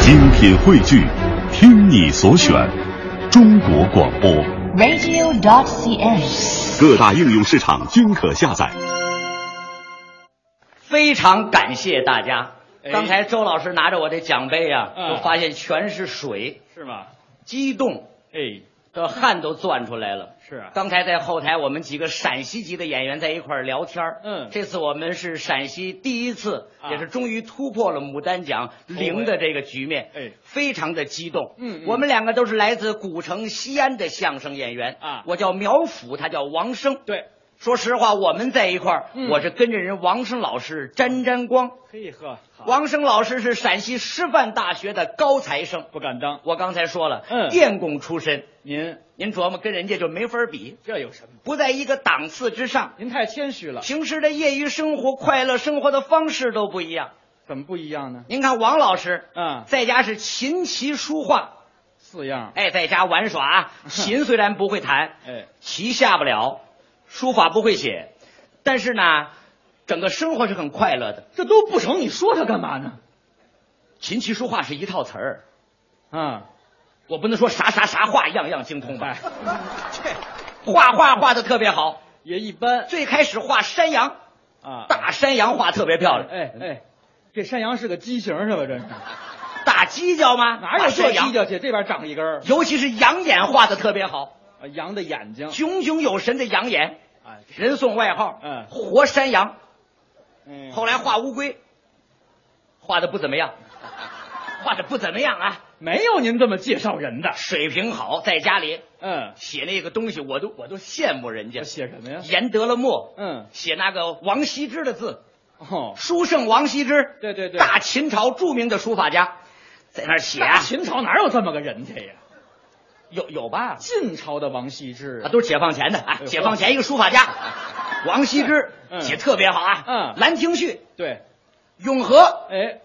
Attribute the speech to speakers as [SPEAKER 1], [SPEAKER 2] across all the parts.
[SPEAKER 1] 精品汇聚，听你所选，中国广播。
[SPEAKER 2] radio.cn。
[SPEAKER 1] 各大应用市场均可下载。
[SPEAKER 3] 非常感谢大家。
[SPEAKER 4] 哎
[SPEAKER 3] 刚才周老师拿着我这奖杯啊，
[SPEAKER 4] 嗯
[SPEAKER 3] 我发现全是水，
[SPEAKER 4] 是吗？
[SPEAKER 3] 激动
[SPEAKER 4] 哎，
[SPEAKER 3] 的汗都攥出来了。
[SPEAKER 4] 是啊，
[SPEAKER 3] 刚才在后台，我们几个陕西籍的演员在一块儿聊天儿
[SPEAKER 4] 嗯
[SPEAKER 3] 这次我们是陕西第一次，
[SPEAKER 4] 啊
[SPEAKER 3] 也是终于突破了牡丹奖
[SPEAKER 4] 哎
[SPEAKER 3] 零的这个局面，
[SPEAKER 4] 哎
[SPEAKER 3] 非常的激动。
[SPEAKER 4] 嗯嗯
[SPEAKER 3] 我们两个都是来自古城西安的相声演员
[SPEAKER 4] 啊
[SPEAKER 3] 我叫苗阜，他叫王生。
[SPEAKER 4] 对，
[SPEAKER 3] 说实话，我们在一块儿，
[SPEAKER 4] 嗯
[SPEAKER 3] 我是跟着人王生老师沾沾光。
[SPEAKER 4] 嘿呵，好
[SPEAKER 3] 王生老师是陕西师范大学的高材生，
[SPEAKER 4] 不敢当。
[SPEAKER 3] 我刚才说了，
[SPEAKER 4] 嗯
[SPEAKER 3] 电工出身，
[SPEAKER 4] 您
[SPEAKER 3] 您琢磨跟人家就没法比，
[SPEAKER 4] 这有什么？
[SPEAKER 3] 不在一个档次之上。
[SPEAKER 4] 您太谦虚了，
[SPEAKER 3] 平时的业余生活、快乐生活的方式都不一样。
[SPEAKER 4] 怎么不一样呢？
[SPEAKER 3] 您看王老师，
[SPEAKER 4] 啊，
[SPEAKER 3] 在家是琴棋书画，
[SPEAKER 4] 四样。
[SPEAKER 3] 哎，在家玩耍。琴虽然不会弹，
[SPEAKER 4] 哎，
[SPEAKER 3] 棋下不了，书法不会写，但是呢，整个生活是很快乐的。
[SPEAKER 4] 这都不成，你说他干嘛呢？
[SPEAKER 3] 琴棋书画是一套词儿，
[SPEAKER 4] 啊，
[SPEAKER 3] 我不能说啥啥啥画样样精通吧
[SPEAKER 4] 哎。，
[SPEAKER 3] 画画画的特别好，
[SPEAKER 4] 也一般
[SPEAKER 3] 最开始画山羊，
[SPEAKER 4] 啊。
[SPEAKER 3] 大山羊画特别漂亮。
[SPEAKER 4] 哎哎，这山羊是个畸形是吧？这是
[SPEAKER 3] 大犄角吗？
[SPEAKER 4] 哪有这
[SPEAKER 3] 这
[SPEAKER 4] 犄？角去？这边长一根儿，
[SPEAKER 3] 尤其是羊眼画的特别好，
[SPEAKER 4] 啊羊的眼睛。
[SPEAKER 3] 炯炯有神的羊眼，
[SPEAKER 4] 哎，
[SPEAKER 3] 人送外号“
[SPEAKER 4] 嗯
[SPEAKER 3] 活山羊”。
[SPEAKER 4] 嗯
[SPEAKER 3] 后来画乌龟，画的不怎么样， 画的不怎么样啊，
[SPEAKER 4] 没有您这么介绍人的。
[SPEAKER 3] 水平好，在家里
[SPEAKER 4] 嗯，
[SPEAKER 3] 写那个东西，我都我都羡慕人家
[SPEAKER 4] 这，写什么呀？
[SPEAKER 3] 研得了墨，
[SPEAKER 4] 嗯，
[SPEAKER 3] 写那个王羲之的字，
[SPEAKER 4] 哦，
[SPEAKER 3] 书圣王羲之，
[SPEAKER 4] 对对对
[SPEAKER 3] 大秦朝著名的书法家，在那儿写啊
[SPEAKER 4] 大，秦朝哪有这么个人去呀？
[SPEAKER 3] 有有吧？
[SPEAKER 4] 晋朝的王羲之
[SPEAKER 3] 啊，都是解放前的啊，
[SPEAKER 4] 哎呦
[SPEAKER 3] 解放前一个书法 家，王羲之
[SPEAKER 4] 嗯
[SPEAKER 3] 写特别好啊，
[SPEAKER 4] 嗯
[SPEAKER 3] 兰亭序》《
[SPEAKER 4] 对，
[SPEAKER 3] 永和
[SPEAKER 4] 哎，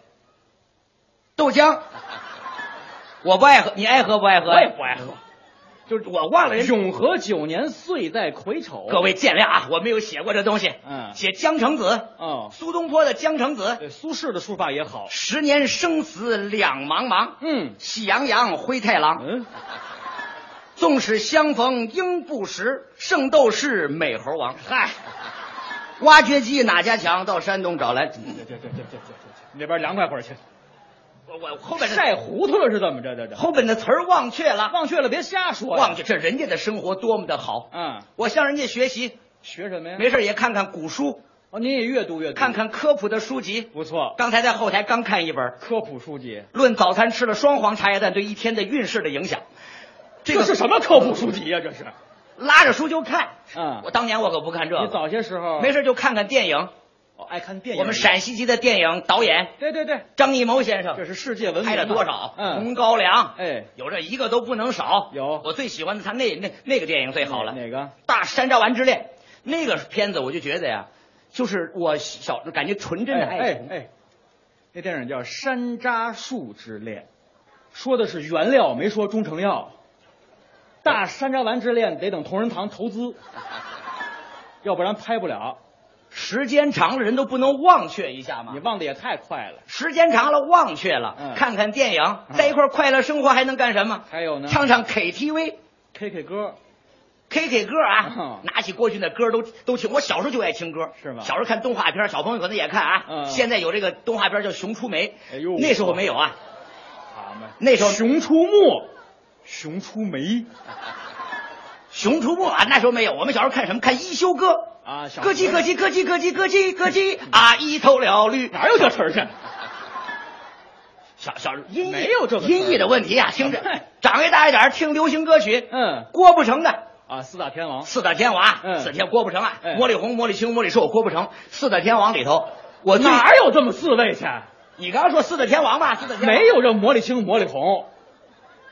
[SPEAKER 3] 豆浆》，我不爱喝，你爱喝不爱喝？
[SPEAKER 4] 哎我也不爱喝。
[SPEAKER 3] 就是我忘了人。
[SPEAKER 4] 永和九年，岁在癸丑。
[SPEAKER 3] 各，位见谅啊，我没有写过这东西。
[SPEAKER 4] 嗯
[SPEAKER 3] 写江城子，
[SPEAKER 4] 哦，
[SPEAKER 3] 苏东坡的《江城子》，
[SPEAKER 4] 对呃苏轼的书法也好。
[SPEAKER 3] 十年生死两茫茫，
[SPEAKER 4] 嗯
[SPEAKER 3] 喜羊羊灰太狼。
[SPEAKER 4] 嗯，
[SPEAKER 3] 纵使相逢应不识，圣斗士美猴王。嗨，挖掘机哪家强？到山东找来。
[SPEAKER 4] 对对对对对对对，你那边凉快会儿去。
[SPEAKER 3] 我我后边的
[SPEAKER 4] 晒糊涂了是怎么着？这这
[SPEAKER 3] 后边的词儿忘却了，
[SPEAKER 4] 忘却了，别瞎说呀。
[SPEAKER 3] 忘却这人家的生活多么的好。
[SPEAKER 4] 嗯，
[SPEAKER 3] 我向人家学习，
[SPEAKER 4] 学什么呀？
[SPEAKER 3] 没事也看看古书，
[SPEAKER 4] 哦，您也阅读阅读，
[SPEAKER 3] 看看科普的书籍。
[SPEAKER 4] 不错，
[SPEAKER 3] 刚才在后台刚看一本《
[SPEAKER 4] 科普书籍。
[SPEAKER 3] 论早餐吃了双黄茶叶蛋对一天的运势的影响》，这
[SPEAKER 4] 这
[SPEAKER 3] 个
[SPEAKER 4] 是什么科普书籍呀？这是。
[SPEAKER 3] 拉着书就看。
[SPEAKER 4] 嗯
[SPEAKER 3] 我，当年我可不看这
[SPEAKER 4] 你
[SPEAKER 3] 个，
[SPEAKER 4] 早些时候
[SPEAKER 3] 没事就看看电影。
[SPEAKER 4] 哦爱看电影。
[SPEAKER 3] 我们陕西籍的电影导演
[SPEAKER 4] 对对对，
[SPEAKER 3] 张艺谋先
[SPEAKER 4] 这
[SPEAKER 3] 生
[SPEAKER 4] 是世界文明
[SPEAKER 3] 拍了多少？红
[SPEAKER 4] 嗯，
[SPEAKER 3] 高粱》
[SPEAKER 4] 哎，
[SPEAKER 3] 有这一个都不能少。
[SPEAKER 4] 有
[SPEAKER 3] 我最喜欢的他那那那个电影最好了，《
[SPEAKER 4] 哪个？
[SPEAKER 3] 大山楂丸之恋》那个片子，我就觉得呀，就是我小感觉纯真的爱
[SPEAKER 4] 哎
[SPEAKER 3] 情。
[SPEAKER 4] 哎，那电影叫《山楂树之恋》，说的是原料，没说中成药。大山楂丸之恋得等同仁堂投资，要不然拍不了。
[SPEAKER 3] 时间长了，人都不能忘却一下吗
[SPEAKER 4] 你？忘得也太快了。
[SPEAKER 3] 时间长了忘却了，
[SPEAKER 4] 嗯
[SPEAKER 3] 看看电影，
[SPEAKER 4] 嗯
[SPEAKER 3] 在一块儿快乐生活还能干什么？
[SPEAKER 4] 还有呢
[SPEAKER 3] 唱唱 KTV。
[SPEAKER 4] K K 歌，
[SPEAKER 3] K K 歌啊
[SPEAKER 4] 嗯，
[SPEAKER 3] 拿起过去那歌都都听，我小时候就爱听歌，
[SPEAKER 4] 是吗
[SPEAKER 3] 小时候看动画片，小朋友可能也看啊。
[SPEAKER 4] 嗯
[SPEAKER 3] 现在有这个动画片叫《熊出没》，
[SPEAKER 4] 哎呦
[SPEAKER 3] 那时候没有啊。
[SPEAKER 4] 好嘛，
[SPEAKER 3] 那时候
[SPEAKER 4] 熊出没，熊出没
[SPEAKER 3] 熊出没啊，那时候没有。我们小时候看什么？看《一休哥》
[SPEAKER 4] 啊，小嗯
[SPEAKER 3] 咯叽咯
[SPEAKER 4] 叽，
[SPEAKER 3] 叽咯叽咯叽咯叽咯叽，啊，一头了绿。
[SPEAKER 4] 哪有这词儿去？
[SPEAKER 3] 小小音译
[SPEAKER 4] 没有这个词儿
[SPEAKER 3] 音译的问题啊，听着，长一大一点儿听流行歌曲，
[SPEAKER 4] 嗯
[SPEAKER 3] 郭富城的。
[SPEAKER 4] 啊，四大天王，
[SPEAKER 3] 四大天王啊，
[SPEAKER 4] 嗯
[SPEAKER 3] 四天郭富城啊，
[SPEAKER 4] 哎
[SPEAKER 3] 魔力红、魔力青、魔力瘦、郭富城，四大天王里头，我最
[SPEAKER 4] 哪有这么四位去？
[SPEAKER 3] 你刚刚说四大天王吧？四大天王
[SPEAKER 4] 没，有这魔力青、魔力红，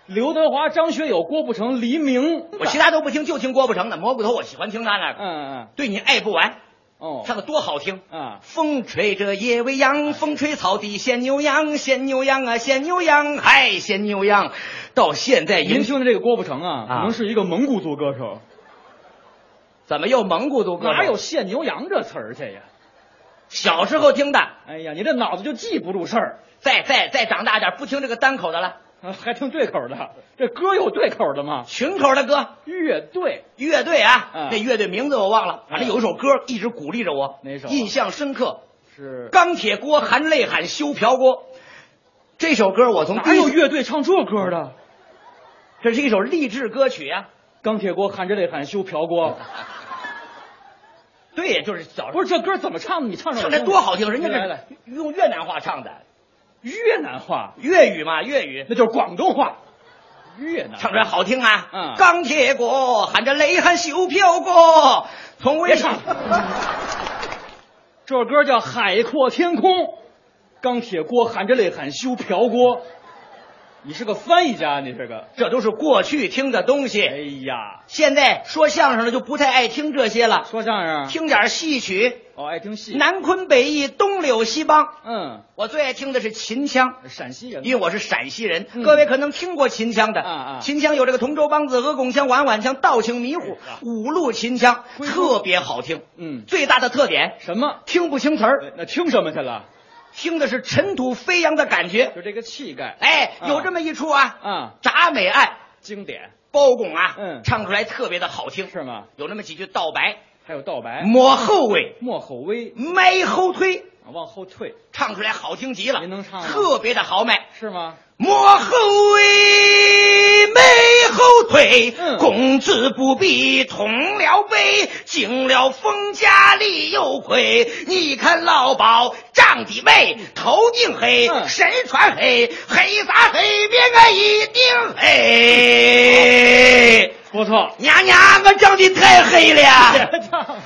[SPEAKER 4] 刘德华、张学友、郭富城、黎明，
[SPEAKER 3] 我其他都不听，就听郭富城的。蘑菇头我喜欢听他那
[SPEAKER 4] 嗯
[SPEAKER 3] 个，
[SPEAKER 4] 嗯
[SPEAKER 3] 对你爱不完，
[SPEAKER 4] 哦，哎
[SPEAKER 3] 唱的多好听。
[SPEAKER 4] 啊，
[SPEAKER 3] 风吹着夜未央，风吹草低见牛羊，见牛羊啊，见牛羊，嗨，见牛羊。到现在
[SPEAKER 4] 您
[SPEAKER 3] 影
[SPEAKER 4] 听的这个郭富城啊，
[SPEAKER 3] 哎啊
[SPEAKER 4] 可能是一个蒙古族歌手，
[SPEAKER 3] 怎么又蒙古族歌？
[SPEAKER 4] 哪有？现牛羊这词儿去呀？
[SPEAKER 3] 小时候听的，
[SPEAKER 4] 哎呀，你这脑子就记不住事儿，
[SPEAKER 3] 再再再长大点，不听这个单口的了，
[SPEAKER 4] 啊还听对口的。这歌有对口的吗？
[SPEAKER 3] 群口的歌，
[SPEAKER 4] 乐队
[SPEAKER 3] 乐队啊，
[SPEAKER 4] 嗯
[SPEAKER 3] 那乐队名字我忘了，反正
[SPEAKER 4] 嗯
[SPEAKER 3] 有一首歌一直鼓励着我，
[SPEAKER 4] 哪首啊
[SPEAKER 3] 印象深刻，
[SPEAKER 4] 是
[SPEAKER 3] 《钢铁锅含泪喊修瓢锅》。这首歌我从
[SPEAKER 4] 哪
[SPEAKER 3] 第
[SPEAKER 4] 有
[SPEAKER 3] 一，
[SPEAKER 4] 乐队唱这歌的？
[SPEAKER 3] 这是一首励志歌曲啊。
[SPEAKER 4] 钢铁锅含着泪喊修瓢锅，
[SPEAKER 3] 嗯对，就是小时
[SPEAKER 4] 不是这歌怎么唱的？你唱
[SPEAKER 3] 候唱
[SPEAKER 4] 唱我
[SPEAKER 3] 的
[SPEAKER 4] 听
[SPEAKER 3] 多好听，人家
[SPEAKER 4] 来来
[SPEAKER 3] 这用越南话唱的，
[SPEAKER 4] 越南话，
[SPEAKER 3] 粤语嘛，粤语。
[SPEAKER 4] 那就是广东话，越南话
[SPEAKER 3] 唱出来好听啊！
[SPEAKER 4] 嗯
[SPEAKER 3] 钢铁锅喊着雷喊修瓢锅，从未
[SPEAKER 4] 别唱这首歌叫《海阔天空》，钢铁锅含着泪喊修瓢锅。你是个翻译家，你是个。
[SPEAKER 3] 这都是过去听的东
[SPEAKER 4] 哎
[SPEAKER 3] 西，
[SPEAKER 4] 呀，
[SPEAKER 3] 现在说相声的就不太爱听这些了，
[SPEAKER 4] 说相声啊
[SPEAKER 3] 听点戏曲，
[SPEAKER 4] 哦，爱听嗯戏。
[SPEAKER 3] 南昆北弋，东柳西梆。
[SPEAKER 4] 嗯，
[SPEAKER 3] 我最爱听的是秦腔，
[SPEAKER 4] 陕西人。
[SPEAKER 3] 因为我是陕西人，
[SPEAKER 4] 嗯
[SPEAKER 3] 各位可能听过秦腔的。
[SPEAKER 4] 啊啊
[SPEAKER 3] 秦腔有这个同州梆子、鹅拱腔、碗碗腔、道情迷糊
[SPEAKER 4] 是啊、
[SPEAKER 3] 五路秦腔，
[SPEAKER 4] 归宿
[SPEAKER 3] 特别好听。
[SPEAKER 4] 嗯，
[SPEAKER 3] 最大的特点，
[SPEAKER 4] 什么？哎
[SPEAKER 3] 听不清词儿，
[SPEAKER 4] 那听什么去了？
[SPEAKER 3] 听的是尘土飞扬的感觉。
[SPEAKER 4] 就这个气概。
[SPEAKER 3] 哎，
[SPEAKER 4] 啊
[SPEAKER 3] 有这么一出啊，
[SPEAKER 4] 啊，
[SPEAKER 3] 铡美案
[SPEAKER 4] 经典
[SPEAKER 3] 包公啊，
[SPEAKER 4] 嗯
[SPEAKER 3] 唱出来特别的好听，
[SPEAKER 4] 是哎吗？
[SPEAKER 3] 有那么几句道白，
[SPEAKER 4] 还有道白，
[SPEAKER 3] 抹后尾，
[SPEAKER 4] 莫后微，
[SPEAKER 3] 迈后推，
[SPEAKER 4] 啊往后退，
[SPEAKER 3] 唱出来好听极了，
[SPEAKER 4] 您能唱吗
[SPEAKER 3] 特别的豪迈。
[SPEAKER 4] 是吗？
[SPEAKER 3] 莫后尾，迈后退，
[SPEAKER 4] 嗯
[SPEAKER 3] 公子不必同了悲，进了封家里有愧。你看老鸨长得美，头顶黑，
[SPEAKER 4] 嗯
[SPEAKER 3] 身穿黑，黑啥黑，别个一定黑。
[SPEAKER 4] 不错，
[SPEAKER 3] 娘娘，我长得太黑了。
[SPEAKER 4] 别唱了。